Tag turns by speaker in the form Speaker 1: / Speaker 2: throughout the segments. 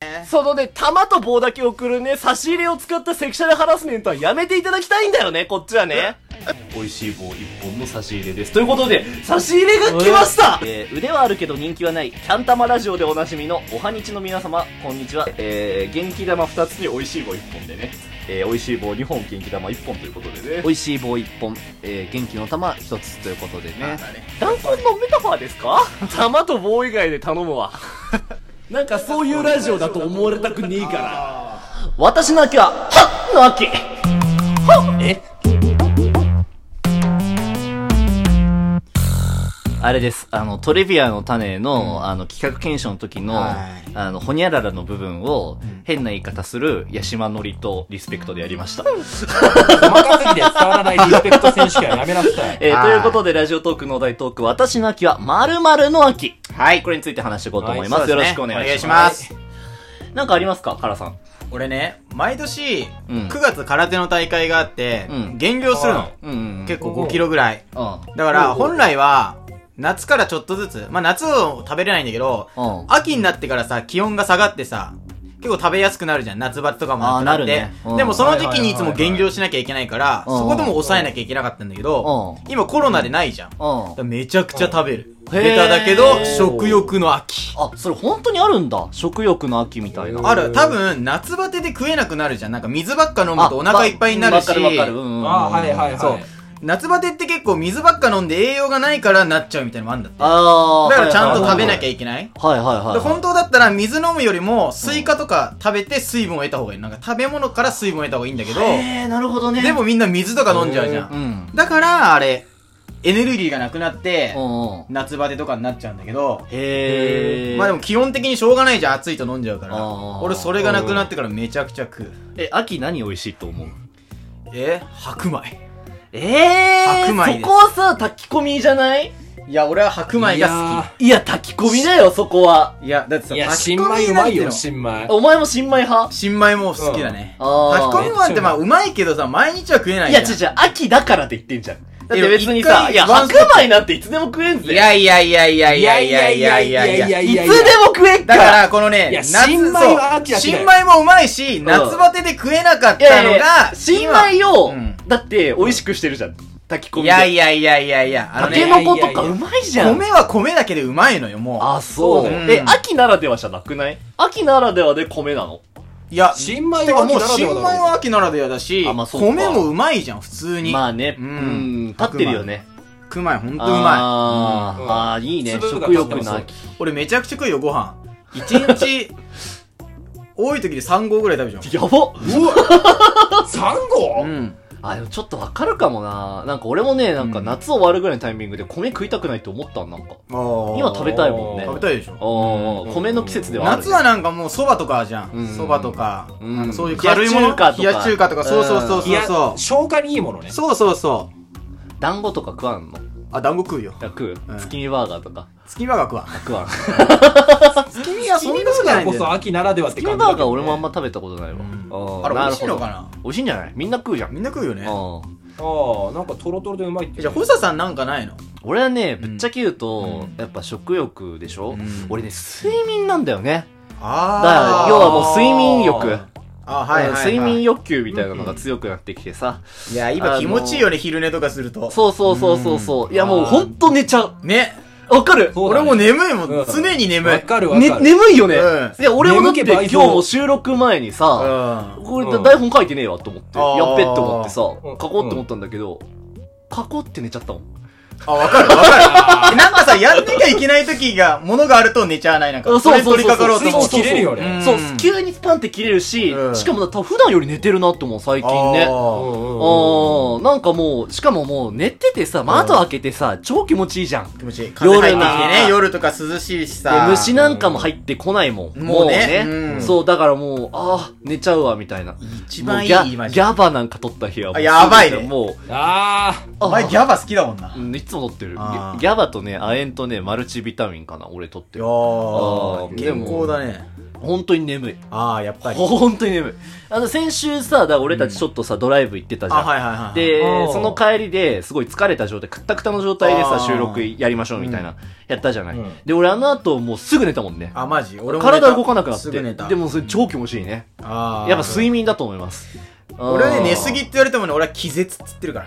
Speaker 1: ね。
Speaker 2: そのね、玉と棒だけ送るね、差し入れを使ったセクシャルハラスメントはやめていただきたいんだよね、こっちはね。美味しい棒1本の差し入れです。ということで、差し入れが来ましたえー、腕はあるけど人気はない、キャン玉ラジオでおなじみのおはにちの皆様、こんにちは。えー、元気玉2つに美味しい棒1本でね。えー、美味しい棒2本、元気玉1本ということでね
Speaker 1: 美。味しい棒一本、えー元気の玉一つということで
Speaker 2: まあ
Speaker 1: ね。
Speaker 2: ね弾丸のメタファーですか玉と棒以外で頼むわ。 なんかそういうラジオだと思われたくねえから。
Speaker 1: 私の秋は、はっの秋はっえあれです。あの、トレビアの種の、あの、企画検証の時の、
Speaker 2: はい
Speaker 1: あの、ほにゃららの部分を、変な言い方する、八島のりとリスペクトでやりました。
Speaker 3: 細かすぎて伝わらないリスペクト選手権はやめなさい。
Speaker 1: えー
Speaker 2: は
Speaker 1: と
Speaker 2: い
Speaker 1: いうことで、ラジオトークのお題トーク、私の秋は、〇〇の秋。
Speaker 2: はい
Speaker 1: こ。れについて話していこうと思い
Speaker 2: そ
Speaker 1: ま
Speaker 2: う
Speaker 1: す。
Speaker 2: です
Speaker 1: よ
Speaker 2: ね
Speaker 1: ろしくお願いし
Speaker 2: お願
Speaker 1: ま
Speaker 2: い
Speaker 1: す。
Speaker 2: し
Speaker 1: なんかありますかカラさん。
Speaker 2: 俺ね、毎年、
Speaker 1: うん
Speaker 2: 9月空手の大会があって
Speaker 1: うん、
Speaker 2: 減量するの。
Speaker 1: うんうん。
Speaker 2: 結構
Speaker 3: お
Speaker 2: 5
Speaker 3: ー
Speaker 2: キロぐらい。
Speaker 1: 構。うん。
Speaker 2: だから、本来は、夏からちょっとずつ、まあ夏を食べれないんだけど
Speaker 1: うん、
Speaker 2: 秋になってからさ、気温が下がってさ、結構食べやすくなるじゃん。夏バテとかも
Speaker 1: あー
Speaker 2: なくって
Speaker 1: なるねうん
Speaker 2: でもその時期にいつも減量しなきゃいけないから、
Speaker 1: うん
Speaker 2: そこでも抑えなきゃいけなかったんだけど
Speaker 1: う、
Speaker 2: 今コロナでないじゃん。だか
Speaker 1: うん。
Speaker 2: らめちゃくちゃ食べる。
Speaker 1: へー
Speaker 2: ベタだけど、食欲の秋。
Speaker 1: あ、それ本当にあるんだ。食欲の秋みたいな。
Speaker 2: ある、多分、夏バテで食えなくなるじゃん。なんか水ばっか飲むとお腹いっぱいになるし
Speaker 1: わ、かるわかる。うんうんうん。
Speaker 3: あーはいはいはい。
Speaker 2: そう夏バテって結構水ばっか飲んで栄養がないからなっちゃうみたいなのもあんだって。
Speaker 1: あー
Speaker 2: だからちゃんと食べなきゃ
Speaker 1: ゃ。
Speaker 2: いけない。
Speaker 1: はいはいはい。
Speaker 2: で本当だったら水飲むよりも、スイカとか食べて水分を得た方がいい。なんか食べ物から水分を得た方がいいんだけど、
Speaker 1: えー、なるほどね。
Speaker 2: でも、みんな水とか飲んじゃうじゃ。
Speaker 1: うんん。
Speaker 2: だから、あれ、エネルギーがなくなって
Speaker 1: う、んうん。
Speaker 2: 夏バテとかになっちゃうんだけど、
Speaker 1: へー。
Speaker 2: まあでも基本的にしょうがないじゃん、暑いと飲んじゃうか
Speaker 1: あ
Speaker 2: ら。
Speaker 1: ー
Speaker 2: 俺それがなくなってからめちゃくちゃ食う。
Speaker 1: え、秋何美味しいと思う
Speaker 2: え白米。
Speaker 1: え
Speaker 2: 白米です
Speaker 1: そこはさ、炊き込みじゃない
Speaker 2: いや、俺は白米が
Speaker 1: いや、炊き込みだよ、そこは。
Speaker 2: 好き。いや、だってさ、
Speaker 3: いや、
Speaker 2: 炊
Speaker 3: 新
Speaker 2: き込
Speaker 3: 米
Speaker 2: み
Speaker 3: う
Speaker 2: な
Speaker 3: ま
Speaker 2: んて
Speaker 3: い
Speaker 2: の
Speaker 3: よ、新米。
Speaker 1: お前も新米派
Speaker 2: 新米も好きだね。
Speaker 1: あ
Speaker 2: 炊き込
Speaker 1: ー
Speaker 2: みご飯ってまあうまいけどさ、毎日は食えない
Speaker 1: い
Speaker 2: じゃ
Speaker 1: や、
Speaker 2: ん。
Speaker 1: 違う違う、秋だからって言ってんじゃん。だって別に
Speaker 2: いや一
Speaker 1: さ、
Speaker 2: 回
Speaker 1: いや、
Speaker 2: ワン
Speaker 1: 白
Speaker 2: ストップ
Speaker 1: 米なんていつでも食えんぜ。
Speaker 2: いやいやいやいやいやいやいやいやいや
Speaker 1: いつでも食えっか
Speaker 2: だ
Speaker 1: ら
Speaker 2: か。ら、このね、
Speaker 3: いや
Speaker 2: 夏
Speaker 3: 新米は
Speaker 2: そう
Speaker 3: 秋だけだ
Speaker 2: 新
Speaker 3: よ
Speaker 2: 米もうまいし、
Speaker 1: ん
Speaker 2: 夏バテで食えなかっ
Speaker 1: いや
Speaker 2: た
Speaker 1: いや
Speaker 2: の
Speaker 1: いや
Speaker 2: が、
Speaker 1: 新米を、
Speaker 2: うん
Speaker 1: だって美味しくしてるじゃん。炊き込み
Speaker 2: い
Speaker 1: で。
Speaker 2: やいやいやいやいや、あの
Speaker 1: タ
Speaker 2: ね
Speaker 1: ケ、ノコとかうまいじゃん。
Speaker 2: 米は米だけでうまいのよ、も
Speaker 1: あ、そう。
Speaker 2: うん
Speaker 1: え、秋ならではじゃなくない秋ならではで米なの。
Speaker 2: う。いや、
Speaker 3: 新米は
Speaker 2: てかもう
Speaker 3: 秋ならで
Speaker 2: 新
Speaker 3: は
Speaker 2: 米
Speaker 3: だろ
Speaker 2: は秋ならではだし、
Speaker 1: あまあそうか
Speaker 2: 米もうまいじゃん、普通に。
Speaker 1: まあね、う
Speaker 2: うんん、
Speaker 1: 立ってるよね。
Speaker 2: 食うまい、ほんとうま
Speaker 1: あー、
Speaker 3: うん
Speaker 1: あーいいね。
Speaker 3: 粒が
Speaker 1: 食欲の
Speaker 3: 立
Speaker 1: 秋。
Speaker 2: い。俺めちゃくちゃ食うよ、ご飯。一日、 多い時で3合ぐらい食べちゃう。
Speaker 1: やば
Speaker 3: サンゴ
Speaker 2: うん。
Speaker 1: あ、でもちょっとわかるかもな。なんか俺もね、なんか
Speaker 2: うん
Speaker 1: 夏終わるぐらいのタイミングで米食いたくないと思ったんなんか。今
Speaker 2: 今
Speaker 1: 食べたいもんね。
Speaker 2: 食べ
Speaker 1: い。
Speaker 2: たいでしょ。
Speaker 1: おー、米の季節ではある。
Speaker 2: 夏はなんかもう蕎麦とかじゃん
Speaker 1: うん。
Speaker 2: 蕎麦とか、
Speaker 1: うん
Speaker 2: なんかそういう軽い
Speaker 1: 冷
Speaker 2: もの
Speaker 1: や中華とか
Speaker 2: 冷や中華とか、そうそうそう
Speaker 3: い
Speaker 2: そう
Speaker 3: や、
Speaker 2: そう。
Speaker 3: 消化にいいものね。
Speaker 2: そうそうそう。
Speaker 1: 団子とか食わんの
Speaker 2: あ、団子食うよ。
Speaker 1: いや食う、
Speaker 2: うん
Speaker 1: 月見バーガーとか。
Speaker 2: 月見バーガー食わん。
Speaker 1: 食わん。
Speaker 2: 月見はそんな好きじゃな
Speaker 3: だ
Speaker 2: いん
Speaker 3: こ
Speaker 2: だ
Speaker 3: そ
Speaker 2: よ。
Speaker 3: 秋ならではっ
Speaker 1: ス
Speaker 3: て
Speaker 1: キン
Speaker 3: 感じ
Speaker 1: バ
Speaker 3: だ
Speaker 1: ー
Speaker 3: け
Speaker 1: ガー
Speaker 3: どね。
Speaker 1: 俺もあんま食べたことないわ。
Speaker 2: あれ美味しいのか
Speaker 1: なる
Speaker 2: な
Speaker 1: ほど美味しいんじゃないみんな食うじゃん。
Speaker 2: みんな食うよね。
Speaker 1: うん
Speaker 3: ああ、なんかトロトロでうまいって。
Speaker 2: じゃあ、ホサさんなんかないの
Speaker 1: 俺はね、ぶっちゃけ言うと、やっぱ食欲でしょ、
Speaker 2: うん
Speaker 1: 俺ね、睡眠なんだよね。だから
Speaker 2: あ、
Speaker 1: 要はもう睡眠欲。
Speaker 2: あ、はいはいはい。
Speaker 1: 睡眠欲求みたいなのが強くなってきてさ。
Speaker 2: いや、今気持ちいいよね、昼寝とかすると。
Speaker 1: そうそうそうそうそう。いやもうほんと寝ちゃう。
Speaker 2: ね。
Speaker 1: わかる、
Speaker 3: そうだ
Speaker 2: 俺
Speaker 3: ね
Speaker 2: もう眠いも
Speaker 3: うん
Speaker 2: ん。常に眠い。
Speaker 3: わかるわ
Speaker 1: ね
Speaker 3: か、る。
Speaker 1: 眠いよね、
Speaker 2: うん
Speaker 1: いや、俺もだって
Speaker 3: 眠気
Speaker 1: 今
Speaker 3: 倍
Speaker 1: 日
Speaker 3: 増
Speaker 1: も収録前に
Speaker 2: う
Speaker 1: さ、
Speaker 2: ん。
Speaker 1: これ
Speaker 3: うん
Speaker 1: 台本書いてねえわと思って、
Speaker 2: あー
Speaker 1: やっべって思ってさ、
Speaker 3: ん
Speaker 1: 書こうって思ったんだけど、書こうって寝ちゃったもん。
Speaker 2: あ、わかるわかる。 なんかさ、やんなきゃいけない時が、ものがあると寝ちゃわない。なん
Speaker 1: うん
Speaker 2: か、それ取り掛かろうと
Speaker 3: スイ
Speaker 2: 思う
Speaker 3: ッチ切れるよね。
Speaker 2: ん
Speaker 1: そう、急にパンって切れるし、
Speaker 2: うん
Speaker 1: しかもだから普段より寝てるなって思う、最近ね。あ
Speaker 3: う
Speaker 2: あー
Speaker 3: んうんうん
Speaker 1: ー、なんかもう、しかももう寝ててさ、窓開けてさ、超気持ちいいじゃん。で、
Speaker 2: 気持ちいい。風入ってきて
Speaker 1: 夜な
Speaker 2: ね、夜とか涼しいしさ。
Speaker 1: 虫なんかも入ってこないもん。
Speaker 2: うん
Speaker 1: もうね
Speaker 2: もうねうん
Speaker 1: そう、だからもう、ああ、寝ちゃうわ、みたいな。
Speaker 2: 一番いい
Speaker 1: もうギ
Speaker 2: 今
Speaker 1: ャ
Speaker 2: じ
Speaker 1: ギ
Speaker 2: ゃ
Speaker 1: ャ
Speaker 2: ん
Speaker 1: バなんか撮った日はもう
Speaker 2: あやばいね
Speaker 1: もう、
Speaker 3: あ
Speaker 1: あ
Speaker 2: お前ギャバ好きだもんな。
Speaker 1: うんいつも撮ってる。ギ
Speaker 2: あ
Speaker 1: ャ
Speaker 2: ー
Speaker 1: ギャバとね、亜鉛とね、マルチビタミンかな、俺撮ってる。
Speaker 2: やー
Speaker 1: あー
Speaker 2: 健康だね。
Speaker 1: 本当に眠い。
Speaker 2: ああ、やっぱり。
Speaker 1: 本当に眠い。あの、先週さ、だから俺たちちょっとさ、ドライブ行ってたじ
Speaker 2: あ、
Speaker 1: ゃん。
Speaker 2: はいはいはい。、
Speaker 1: で
Speaker 3: あ、ー
Speaker 1: その帰りですごい疲れた状態、くったくたの状態で
Speaker 2: あ
Speaker 1: さ、
Speaker 2: ー
Speaker 1: 収録やりましょうみたいな、やったじゃない、
Speaker 3: うん
Speaker 1: で、俺あの後もうすぐ寝たもんね。
Speaker 2: あ、マジ俺も寝た
Speaker 1: 体動かなくなって。
Speaker 2: すぐ寝た。
Speaker 1: で、もそれ超気持ちいいね。
Speaker 2: ああ。
Speaker 1: やっぱ睡眠だと思います。
Speaker 2: 俺はね、寝すぎって言われてもね、俺は気絶って言ってるか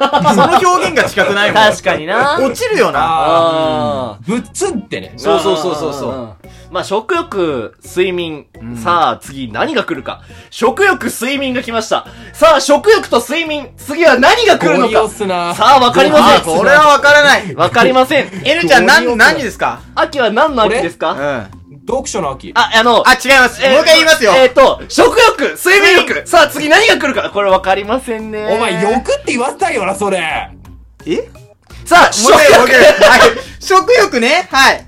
Speaker 2: ら。もうその表現が近くないもん。
Speaker 1: 確かにな
Speaker 2: 落ちるよな。
Speaker 1: あー
Speaker 3: あー。ぶっつんってね。
Speaker 2: そうそうそうそうそう
Speaker 1: うん。まあ、食欲、睡眠。
Speaker 2: ん
Speaker 1: さあ、次何が来るか。食欲、睡眠が来ました。さあ、食欲と睡眠。次は何が来るの
Speaker 3: ゴリ押
Speaker 1: か。
Speaker 3: すな
Speaker 1: さあ、わかりま
Speaker 2: あ
Speaker 1: せん。
Speaker 2: これはわからない。
Speaker 1: わかりません。
Speaker 2: えるちゃん、何、何ですか
Speaker 1: 秋は何の秋です
Speaker 2: うん。
Speaker 1: か
Speaker 2: あ、
Speaker 3: 読書の秋。
Speaker 1: あ、あの、
Speaker 2: 違います。もう
Speaker 1: えー
Speaker 2: 一回言いますよ。
Speaker 1: えっと、食欲、睡眠
Speaker 2: 睡
Speaker 1: 欲。さあ、次何が来るか。これわかりませんね。
Speaker 3: お前、欲って言わせたいよな、それ。
Speaker 2: え
Speaker 1: さあ、
Speaker 2: も
Speaker 1: 食
Speaker 2: う一回、もう一回
Speaker 1: 欲。
Speaker 2: はい。食欲ね。はい。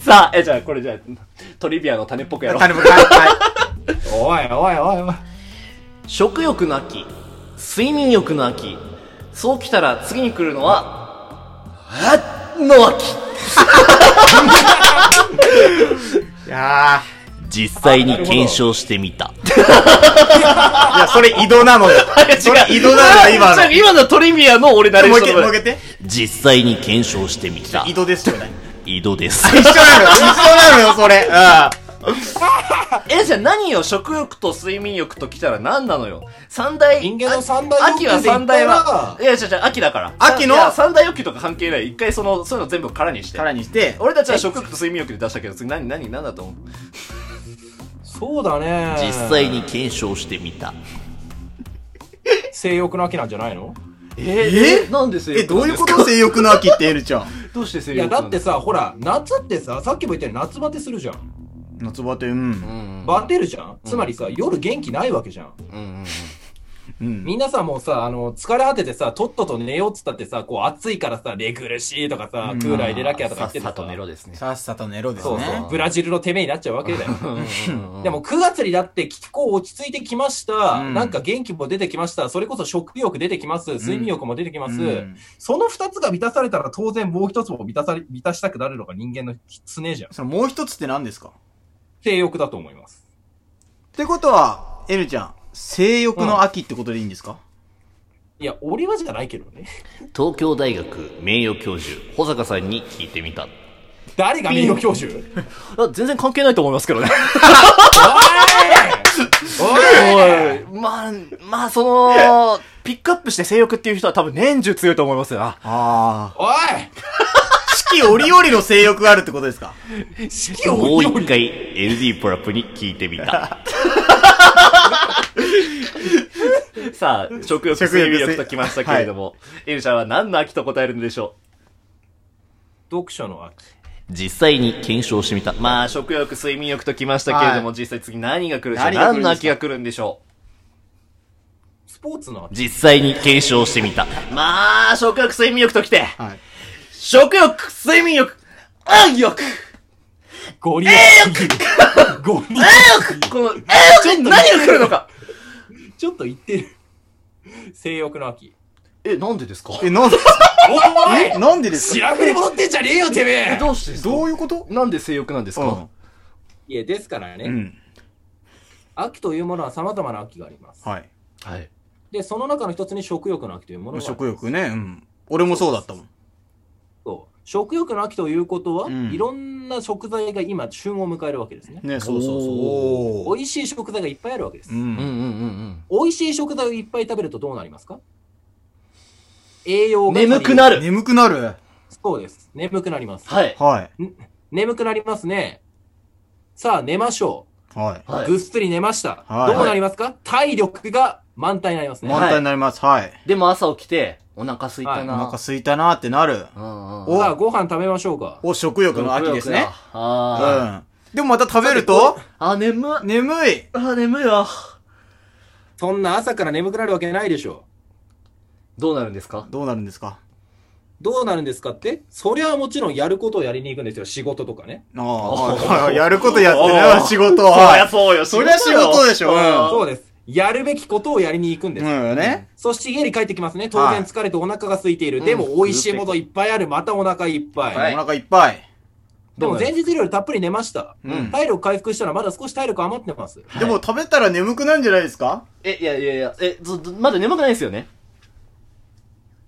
Speaker 1: さあ、え、じゃあ、これじゃあ、トリビアの種っぽくやろう。
Speaker 2: 種もはいはい。
Speaker 3: おいおいおいおい。
Speaker 1: 食欲の秋、睡眠欲の秋、そうきたら次に来るのは、あの秋。
Speaker 2: いや
Speaker 1: 実際
Speaker 3: に検証
Speaker 1: してみた。
Speaker 2: ー。いや、それ井戸 なのよ。それ井戸なのよ、今の。
Speaker 1: 違う今のトリビアの俺ナレー
Speaker 2: もう
Speaker 1: シ
Speaker 2: 一
Speaker 1: ョン
Speaker 2: 回、もう
Speaker 1: だ
Speaker 2: 一回言って。
Speaker 1: 実際に検証してみた
Speaker 2: 井戸ですよね。
Speaker 1: 井戸です。
Speaker 2: 一緒なのよ、一緒なのよ、それ。う
Speaker 1: え、じゃあ何よ、食欲と睡眠欲と来たら何なのよ。三大、
Speaker 3: 人間の三大欲
Speaker 1: 秋
Speaker 3: 求
Speaker 1: は三大は
Speaker 3: で言
Speaker 1: いや、
Speaker 3: った、
Speaker 1: じゃじゃ秋だから。
Speaker 2: 秋の
Speaker 1: いや三大欲求とか関係ない。一回その、そういうの全部空にし
Speaker 2: ん。
Speaker 1: て。
Speaker 2: からにして、
Speaker 1: 俺たちは食欲と睡眠欲で出したけど、次何、何、何だと思う
Speaker 3: そうだね。。
Speaker 1: に検証してみた。
Speaker 3: 性欲の秋なんじゃないの
Speaker 1: え
Speaker 2: え
Speaker 1: なんで性欲
Speaker 2: え、どういうこと性欲の秋って、エルちゃん。
Speaker 1: どうして性
Speaker 3: いや、
Speaker 1: 欲
Speaker 3: だ
Speaker 1: なん
Speaker 3: ってさ、ほら、夏ってさ、さっきも言ったように夏バテするじゃん。
Speaker 2: 夏バテ、うん。
Speaker 1: うん
Speaker 3: バテるじゃん。つまりさ、夜元気ないわけじゃん。
Speaker 1: うんうんうん
Speaker 2: うん。
Speaker 3: みんなさ、もうさ、あの、疲れ果ててさ、とっとと寝ようっつったってさ、こう暑いからさ、寝苦しいとかさ
Speaker 2: う、ん
Speaker 3: クーラー入れなきゃとか
Speaker 1: さ
Speaker 3: 言
Speaker 1: っ
Speaker 3: ってて
Speaker 1: さ
Speaker 3: さ、
Speaker 1: と寝ろですね。
Speaker 2: さっさと寝ろです
Speaker 3: そう
Speaker 2: ね
Speaker 3: そう、。ブラジルのてめえになっちゃうわけ だよ。で
Speaker 1: でも、
Speaker 3: も9月になって気候落ち着いてきました、
Speaker 2: うん
Speaker 3: なんか元気も出てきました、それこそ食欲出てきます、睡眠欲も出てきます、
Speaker 2: うん
Speaker 3: その2つが満たされたら当然もう1つも満たされ満たしたくなるのが人間の常じゃん。
Speaker 2: そのもう一つって何ですか
Speaker 3: 性欲だと思います。
Speaker 2: ってことは、エルちゃん、性欲の秋ってことでいいんですか、
Speaker 3: いや、俺はじゃないけどね。
Speaker 1: 東京大学名誉教授、保坂さんに聞いてみた。
Speaker 3: 誰が名誉教授おい
Speaker 1: 全然関係ないと思いますけどね。
Speaker 3: おい
Speaker 1: まあ、まあ、その、 ピックアップして性欲っていう人は多分年中強いと思いますよ な。
Speaker 2: あ
Speaker 3: お
Speaker 2: あ。四季折々の性欲があるってことですか
Speaker 3: い四季を折々
Speaker 1: 回、LD プラップに聞いてみた。 さあ、食欲、
Speaker 2: 食
Speaker 1: 睡
Speaker 2: 欲
Speaker 1: 眠欲ときましたけれども、エルちゃんは何の秋と答えるんでしょ
Speaker 3: 読書の秋。
Speaker 1: う実際に検証してみた。まあ、食欲、睡眠欲ときましたけれども、
Speaker 2: は
Speaker 1: 実際次何が来るでしょう
Speaker 2: 何が来るん
Speaker 1: 何
Speaker 2: ですか
Speaker 1: の秋が来るんでしょう
Speaker 3: スポーツの秋。
Speaker 1: 実際に検証してみた。まあ、食欲、睡眠欲ときて、
Speaker 2: はい。
Speaker 1: 食欲、睡眠欲、愛欲
Speaker 3: ゴリラ。ゴリラ。
Speaker 1: 愛欲この、愛欲に何が来るのか
Speaker 3: ちょっと言ってる。性欲の秋。
Speaker 1: え、なんでですか
Speaker 2: え、なんで、
Speaker 3: おい
Speaker 2: え、なんでです
Speaker 3: 知
Speaker 2: から
Speaker 3: ぶり戻ってんじゃねえよ、てめえ
Speaker 1: どうしてですか
Speaker 2: どういうこと
Speaker 1: なんで性欲なんですか、
Speaker 3: いや、ですからね、
Speaker 2: うん。うん。
Speaker 3: 秋というものは様々な秋があります。
Speaker 2: はい。
Speaker 1: はい。
Speaker 3: で、その中の一つに食欲の秋というものがあります
Speaker 2: 食欲ね。うん。俺もそうだったもん。
Speaker 3: そう食欲の秋ということは、
Speaker 2: うん
Speaker 3: いろんな食材が今、旬を迎えるわけですね。
Speaker 2: ね、そうそうそう。
Speaker 1: お
Speaker 2: お
Speaker 3: 美味しい食材がいっぱいあるわけです。
Speaker 2: うん。
Speaker 1: うんうんうん
Speaker 3: 美味しい食材をいっぱい食べるとどうなりますか栄養
Speaker 1: うん。
Speaker 3: が
Speaker 1: 眠くな
Speaker 3: る。
Speaker 1: る
Speaker 2: 眠くなる
Speaker 3: そうです。眠くなります。
Speaker 1: はい。
Speaker 2: はい。
Speaker 3: 眠くなりますね。さあ、寝ましょ
Speaker 2: は
Speaker 3: う。
Speaker 1: は
Speaker 3: ぐっ
Speaker 1: い。
Speaker 3: すり寝ました。
Speaker 2: はい
Speaker 3: どうなりますか、体力が満タンになります
Speaker 2: い。
Speaker 3: ね。
Speaker 2: 満タンになります。はい。
Speaker 1: でも朝起きて、お腹空いた
Speaker 3: はい
Speaker 1: な。
Speaker 2: お腹空いたなってなる。
Speaker 1: うんうん。
Speaker 2: お
Speaker 3: さあ、ご飯食べましょうか。
Speaker 2: お、食欲の秋ですね。う
Speaker 1: あ
Speaker 2: ん。でもまた食べると、
Speaker 1: ーあ、眠い。
Speaker 2: 眠い。
Speaker 1: あ、眠いわ。
Speaker 3: そんな朝から眠くなるわけないでしょ
Speaker 1: どうなるんですか
Speaker 2: どうなるんですか
Speaker 3: どうなるんですかってそりゃもちろんやることをやりに行くんですよ。仕事とかね。
Speaker 2: ああ、 やることやって
Speaker 1: お
Speaker 2: るわ
Speaker 1: ー
Speaker 2: 仕事
Speaker 1: や
Speaker 2: は。
Speaker 1: そうよ。
Speaker 2: そりゃ仕事
Speaker 1: で。
Speaker 2: でしょ。う
Speaker 3: そうです。やるべきことをやりに行くんです。
Speaker 2: ん。うんね。
Speaker 3: そして家に帰ってきますね。当
Speaker 2: はい
Speaker 3: 然疲れてお腹が空いている。
Speaker 1: ん
Speaker 3: でも美味しいものいっぱいある。またお腹いっぱい。
Speaker 1: はい
Speaker 2: お腹いっぱい。
Speaker 3: でも前日よりたっぷり寝ました。
Speaker 2: うん
Speaker 3: 体力回復したらまだ少し体力余ってます。
Speaker 2: でも食べたら眠くなんじゃないですか
Speaker 1: え、いやいやいや、え、ず、ずまだ眠くないですよね。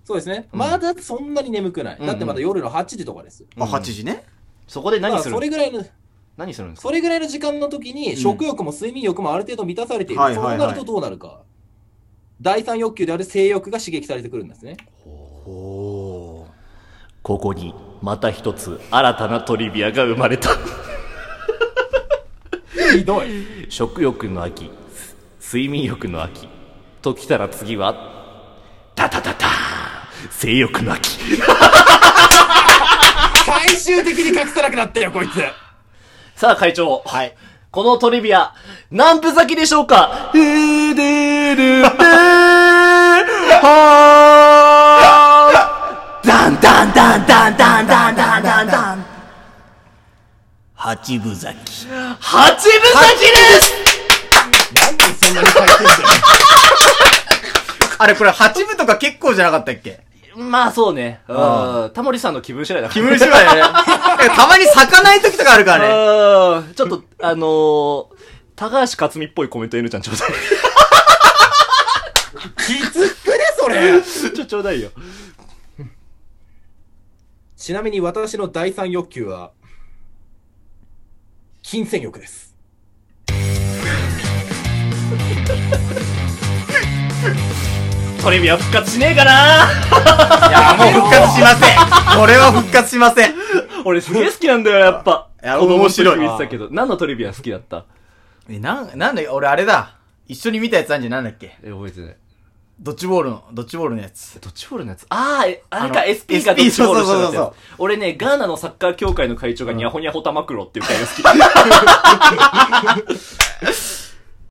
Speaker 3: そうですね。まだそんなに眠くない。だってまだ夜の8時とかです。
Speaker 2: あ、8時ね。
Speaker 1: そこで
Speaker 3: ま
Speaker 1: 何
Speaker 3: あ
Speaker 1: する
Speaker 3: それぐらいの、
Speaker 1: 何するんですか
Speaker 3: それぐらいの時間の時に食欲も睡眠欲もある程度満たされている。
Speaker 2: はいはいはい
Speaker 3: そうなるとどうなるか。第三欲求である性欲が刺激されてくるんですね。
Speaker 2: おー。
Speaker 1: ここに、また一つ、新たなトリビアが生まれた。
Speaker 3: ひどい。
Speaker 1: 食欲の秋、す睡眠欲の秋。ときたら次は、タタタターン性欲の秋。
Speaker 3: 最終的に隠さなくなったよ、こいつ。
Speaker 1: さあ、会長。
Speaker 2: はい。
Speaker 1: このトリビア、何分先でしょうかうーでーるーでーはーダンダンダンダンダンダンダンダンダン
Speaker 4: 八分咲き。
Speaker 1: 八分先です
Speaker 3: なんでそんなに回転してる
Speaker 2: あれ、これ8分とか結構じゃなかったっけ
Speaker 1: まあそうね。うん。タモリさんの気分次第だ
Speaker 2: 気分芝居 ね。 たまに咲かない時とかあるからね。
Speaker 1: うん。ちょっと、あのー、高橋克実っぽいコメント N ちゃんちょうだ い。
Speaker 3: きつくね、それ。
Speaker 1: ちょ、ちょうだいよ。
Speaker 3: ちなみに私の第三欲求は、金銭欲です。
Speaker 1: トリビア復活しねえかない
Speaker 2: や、もう復活しません。これは復活しません。
Speaker 1: 俺すげえ好きなんだよ、やっぱ。
Speaker 2: いや
Speaker 1: 子供の時
Speaker 2: 面白い
Speaker 1: 見てたけど。何のトリビア好きだった
Speaker 2: え、なん、なんだっけ俺あれだ。一緒に見たやつなんじゃなんだっけ
Speaker 1: え、覚えてない。
Speaker 2: ドッジボールの、ドッジボールのやつ。
Speaker 1: ドッジボールのやつああ、えあれ
Speaker 2: あ
Speaker 1: か、
Speaker 2: の
Speaker 1: SP かドッジボールしてたや
Speaker 2: そうそうそう
Speaker 1: つ
Speaker 2: そうそう
Speaker 1: 俺ね、ガーナのサッカー協会の会長がニャホニャホ玉黒っていう会が好き。